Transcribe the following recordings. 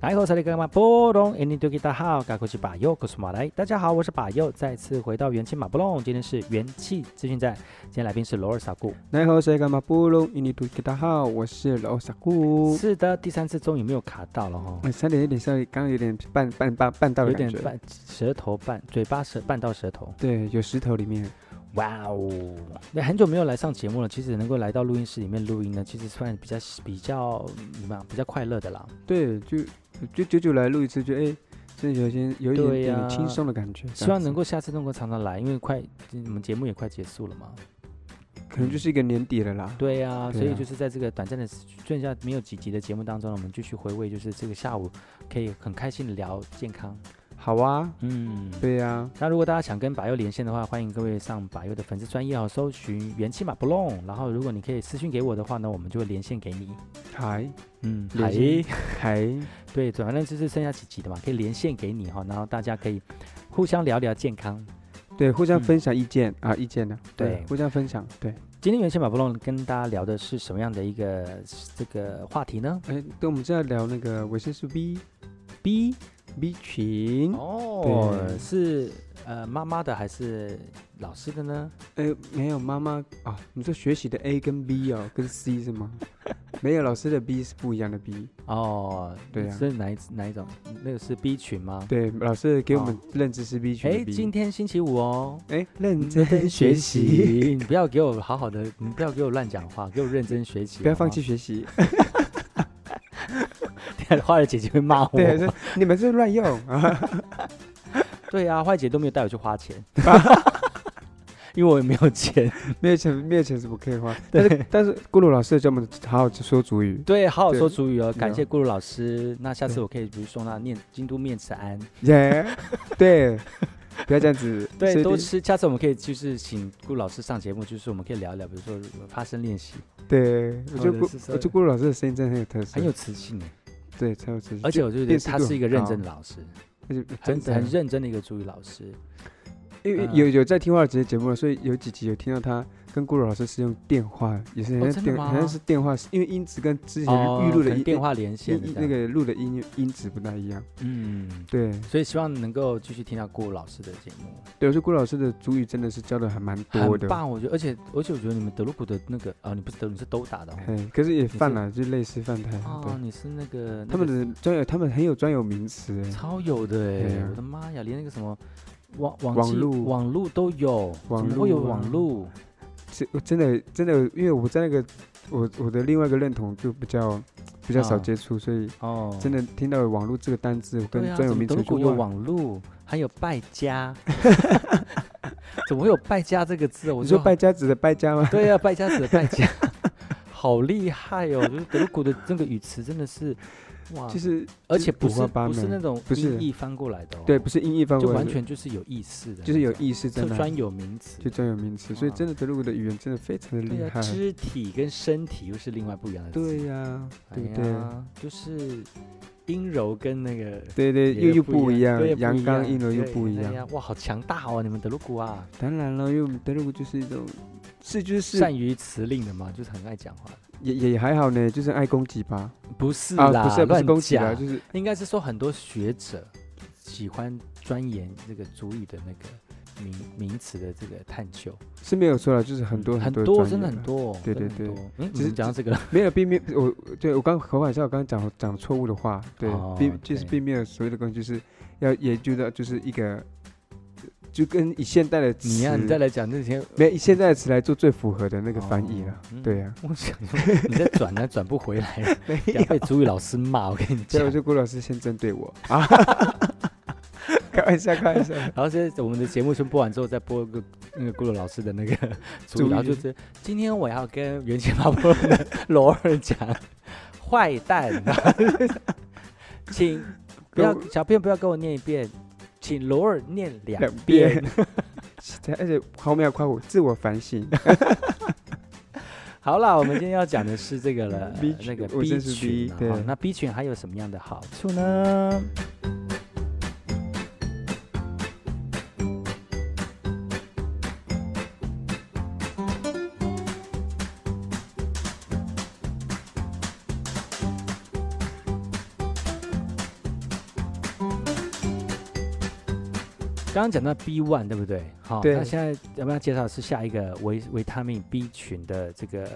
来，我是那个嘛，波隆，印尼丢吉大号，嘎古吉巴佑，古苏马来。大家好，我是巴佑，再次回到元气马布隆，今天是元气资讯站，今天来宾是罗尔萨固。奈何谁干嘛不隆印尼土吉大号，我是老傻姑。是的，第三次终于没有卡到了哈，我差点有点稍微，刚刚有点绊绊绊绊到有的点感觉。半舌头半嘴巴舌半到舌头，对，有石头里面。哇哦！那很久没有来上节目了，其实能够来到录音室里面录音呢，其实算比较比较什么样比较快乐的啦。对，就就久久来录一次，就哎，真的有一些有一点对呀点轻松的感觉。希望能够，够下次能够常常来，因为快嗯我们节目也快结束了嘛。可能就是一个年底了啦。对呀、啊，对所以啊就是在这个短暂的剩下没有几集的节目当中呢，我们继续回味，就是这个下午可以很开心的聊健康。好啊，嗯，对啊呀，那如果大家想跟百佑连线的话，欢迎各位上百佑的粉丝专业哦，搜寻元气马不弄。然后如果你可以私信给我的话呢，我们就会连线给你。嗨嗯，连好线嗨，对，反正就是剩下几集的嘛，可以连线给你哈、然后大家可以互相聊聊健康。对，互相嗯分享意见啊，意见呢？对互相分享。对，今天元气马不弄跟大家聊的是什么样的一个这个话题呢哎，对，我们正在聊那个维生素 B ？B B 群。哦，嗯对是呃妈妈的还是老师的呢？呃，没有妈妈啊，你说学习的 A 跟 B 哦，跟 C 是吗？ 没有，老师的 B 是不一样的 B。哦，对啊是哪一哪一种？那个是 B 群吗？对，老师给我们哦认知是 B 群哎，的今 B。天星期五哦，哎，认真学习，习，你不要给我好好的，你不要给我乱讲话，给我认真 学习，不好要吗放弃，学习。等下花儿姐姐会骂我。 对，说你们是乱用啊。对啊，花儿姐都没有带我去花钱， 因为我也没有钱。没有钱，没有钱是不可以花。但是但是，咕噜老师叫我们好好说主语。对，好好对说主语哦，感有谢顾鲁老师。那下次对我可以比如送他念京都面食安。耶，对，不要这样子。所 对，以多对吃。下次我们可以就是请顾老师上节目，就是我们可以聊一聊，比如说呃发声练习，对，我觉好得的咕是，这我觉得咕噜老师的声音真的很有特色，很有磁性耶对，超有自信。而且我就觉得辨识他度是一很个认高真的老师，而且很啊真的啊很认真的一个主语老师。因为嗯有有在听花儿姐姐节目了，所以有几集有听到她跟顾鲁老师是用电话，也是哦好像真的电，吗好像是电话，因为音质跟之前哦预录可的能音电话连音线的音这那样个录的音音质不太一样。嗯，对，所以希望能够继续听到顾老师的节目，对，我说顾老师的主语真的是教的还蛮多很的，棒。我觉得，而且而且我觉得你们德鲁古的那个啊，你不是德鲁，你是都打的哦嘿，可是也是犯了，就类似犯太多。哦， 对你是那个他们的专有，他们很有专有名词，哎超有的对哎啊！我的妈呀，连那个什么网网网际路网路都有，怎网么会有路啊网路？这我真的真的，因为我在那个我我的另外一个认同就比较比较少啊接触，所以哦，真的听到网络这个单字，我对跟啊，专有怎么名德词鲁就古有哇网路，还有败 家， 怎么会有败家这个字啊？我你就说败家子的败家吗？ 对啊，败家子的败家， 好厉害哦！就是德鲁古的这个语词真的是哇，就是啊而且不五是花八不是门那种不是音译翻过来的、哦，对，不是音译翻就过来完的全就是有意思的那种，就是有意识在特那，专有名词。就专有名词，所以啊真的德鲁古的语言真的非常的厉对害啊，。肢体跟身体又是另外不一样的词。对呀，对不哎对？呀就是阴柔跟那个对对，也又又不不一样对，阳刚一硬柔又对不一哎样。呀哇，好强大哦！你们德鲁古啊，当然了，因为我们德鲁古就是一种，是就是善于辞令的嘛，就是很爱讲话的。也也还好呢，就是爱攻击吧。不是啦，啊，不是不是乱攻击啦，讲就是应该是说很多学者喜欢钻研这个主语的那个名名词的这个探究，嗯是没有错了，就是很多很多多专真的业很啦。多哦，对真的对很对多。嗯，只只是是讲到这个，没有，并没有我，对我刚口玩笑，我刚刚讲讲错误的话，对哦，并就是对并没有所谓的工具，就是要研究的，就是一个，就跟以现代的词，你呀，你再来讲这些没有以现代的词来做最符合的那个翻译了，哦对啊呀、我想说你再转呢，转不回来 了，等下被主语老师骂。我跟你所讲以我，就啊郭老师先针对 我啊，开玩笑，开玩笑，然后现在我们的节目先播完之后，再播个那个顾鲁老师的那 个主主语，然后语就是今天我要跟原先马波的罗尔讲，坏蛋，然后就是请不要跟我小便不要跟我念一遍，请罗尔念两两遍。遍， 而且后面要夸我自我 反省，，好啦，我们今天要讲的是这个了 B 呃那个群我 B 真是群 B，啊对哈那 B 群还有什么样的好处呢？刚刚讲到 B one 对不对？好、对那现在我们要介绍的是下一个维维他命 B 群的这个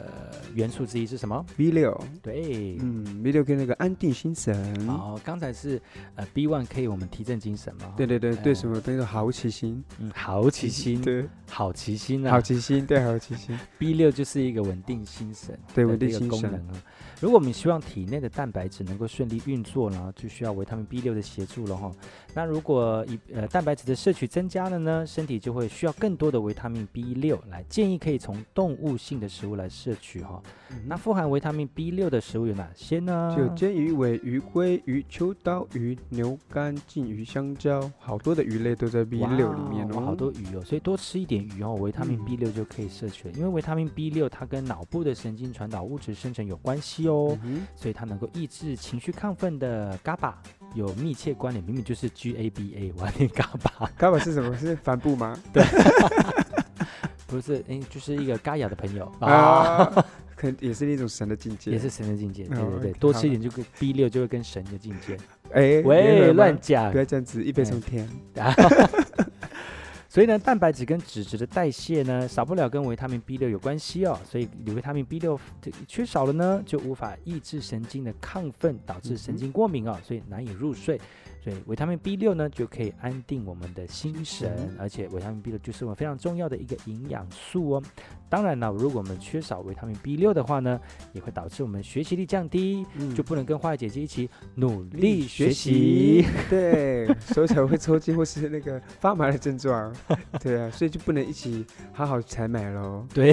元素之一是什么？ V 六，对，嗯，V 六跟那个安定心神，好，刚才是呃 B one 可以我们提振精神嘛？对，对对哎对，什么东西都好奇心，嗯，好奇心，对，好奇心 好啊奇心，对，好奇 心， ，B 六就是一个稳定心神，对稳定心功神能啊。如果我们希望体内的蛋白质能够顺利运作呢，就需要维他命 B 六的协助了哈。那如果以呃蛋白质的摄取增加了呢，身体就会需要更多的维他命 B 六来。建议可以从动物性的食物来摄取哈。嗯那富含维他命 B 六的食物有哪些呢？就煎鱼尾鱼、鲑鱼、秋刀鱼、牛肝、鲫鱼、香蕉，好多的鱼类都在 B 哇六里面哇哦。好多鱼哦，所以多吃一点鱼哦，维他命嗯 B 六就可以摄取了。因为维他命 B 六它跟脑部的神经传导物质生成有关系哦嗯， 哼，所以它能够抑制情绪亢奋的 GABA 有密切关联，明明就是 GABA，我要 念 GABA，嘎巴是什么？是帆布 吗？不是，哎，就是一个嘎雅的朋友啊。 啊， 可能也是一种神的境界。也是神的境界，对哦对对， OK，多吃一点就跟 B 六就会跟神的境 界。哎，联合喂，吗乱讲不，要这样子，一飞哎冲天。所以呢，蛋白质跟脂质的代谢呢，少不了跟维他命 B 六有关系哦。所以维他命 B 六缺少了呢，就无法抑制神经的亢奋，导致神经过敏哦，所以难以入睡。所以维他命 B 六呢，就可以安定我们的心神神，而且维他命 B 六就是我们非常重要的一个营养素哦。当然了，如果我们缺少维他命 B 六的话呢，也会导致我们学习力降低，嗯就不能跟花儿姐姐一起努力学习。，对，所以才会抽筋或是那个发麻的症状， 对啊，所以就不能一起好好采买喽。 对，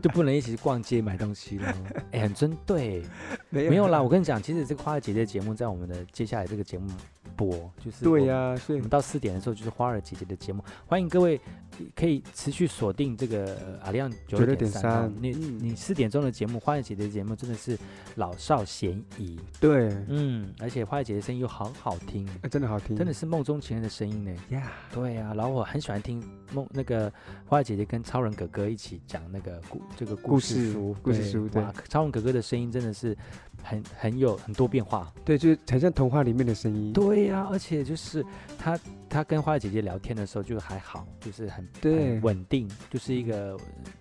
就不能一起逛街买东 西了。哎、很针对，没没有啦。我跟你讲，其实这个花儿姐姐节目在我们的接下来这个节目播，就是对我呀、所我以们到四点的时候就是花儿姐姐的节目，欢迎各位呃可以持续锁定这个呃阿亮九六点三哦96.3。你嗯你四点钟的节目，花儿姐姐的节目真的是老少咸宜，对、嗯，哎而且花儿姐姐声音又好好听，啊真的好听，真的是梦中情人的声音呢。呀对呀、然后我很喜欢听梦那个花儿姐姐跟超人哥哥一起讲那个故这个故故事事书，故事对书对哇，超人哥哥的声音真的是很很有很多变化。对，就是很像童话里面的声音。对呀、而且就是他他跟花儿姐姐聊天的时候就还好，就是很对很稳定，就是一个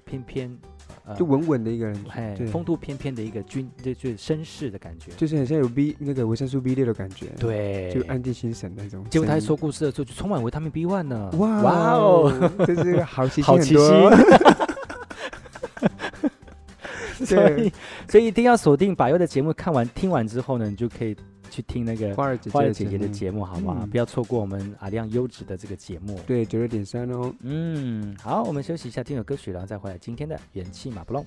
偏偏呃就稳稳的一个人，嘿对哎风度翩翩的一个军就就绅士的感觉。就是很像有 B 那个维生素 B 六的感觉，，对，就安定心神那种。结果他在说，故事的时候就充满维他命 B one 呢。哇哇哦！哦，这是个好奇心好很奇多， 所 对以所以一定要锁定百优的节目，看完听完之后呢，你就可以去听那个花儿姐花儿姐姐姐的目，节目，好吗？嗯不要错过我们阿亮优质的这个节目。对，九六点三哦。嗯，好，我们休息一下，听首歌曲，然后再回来今天的元气马不弄。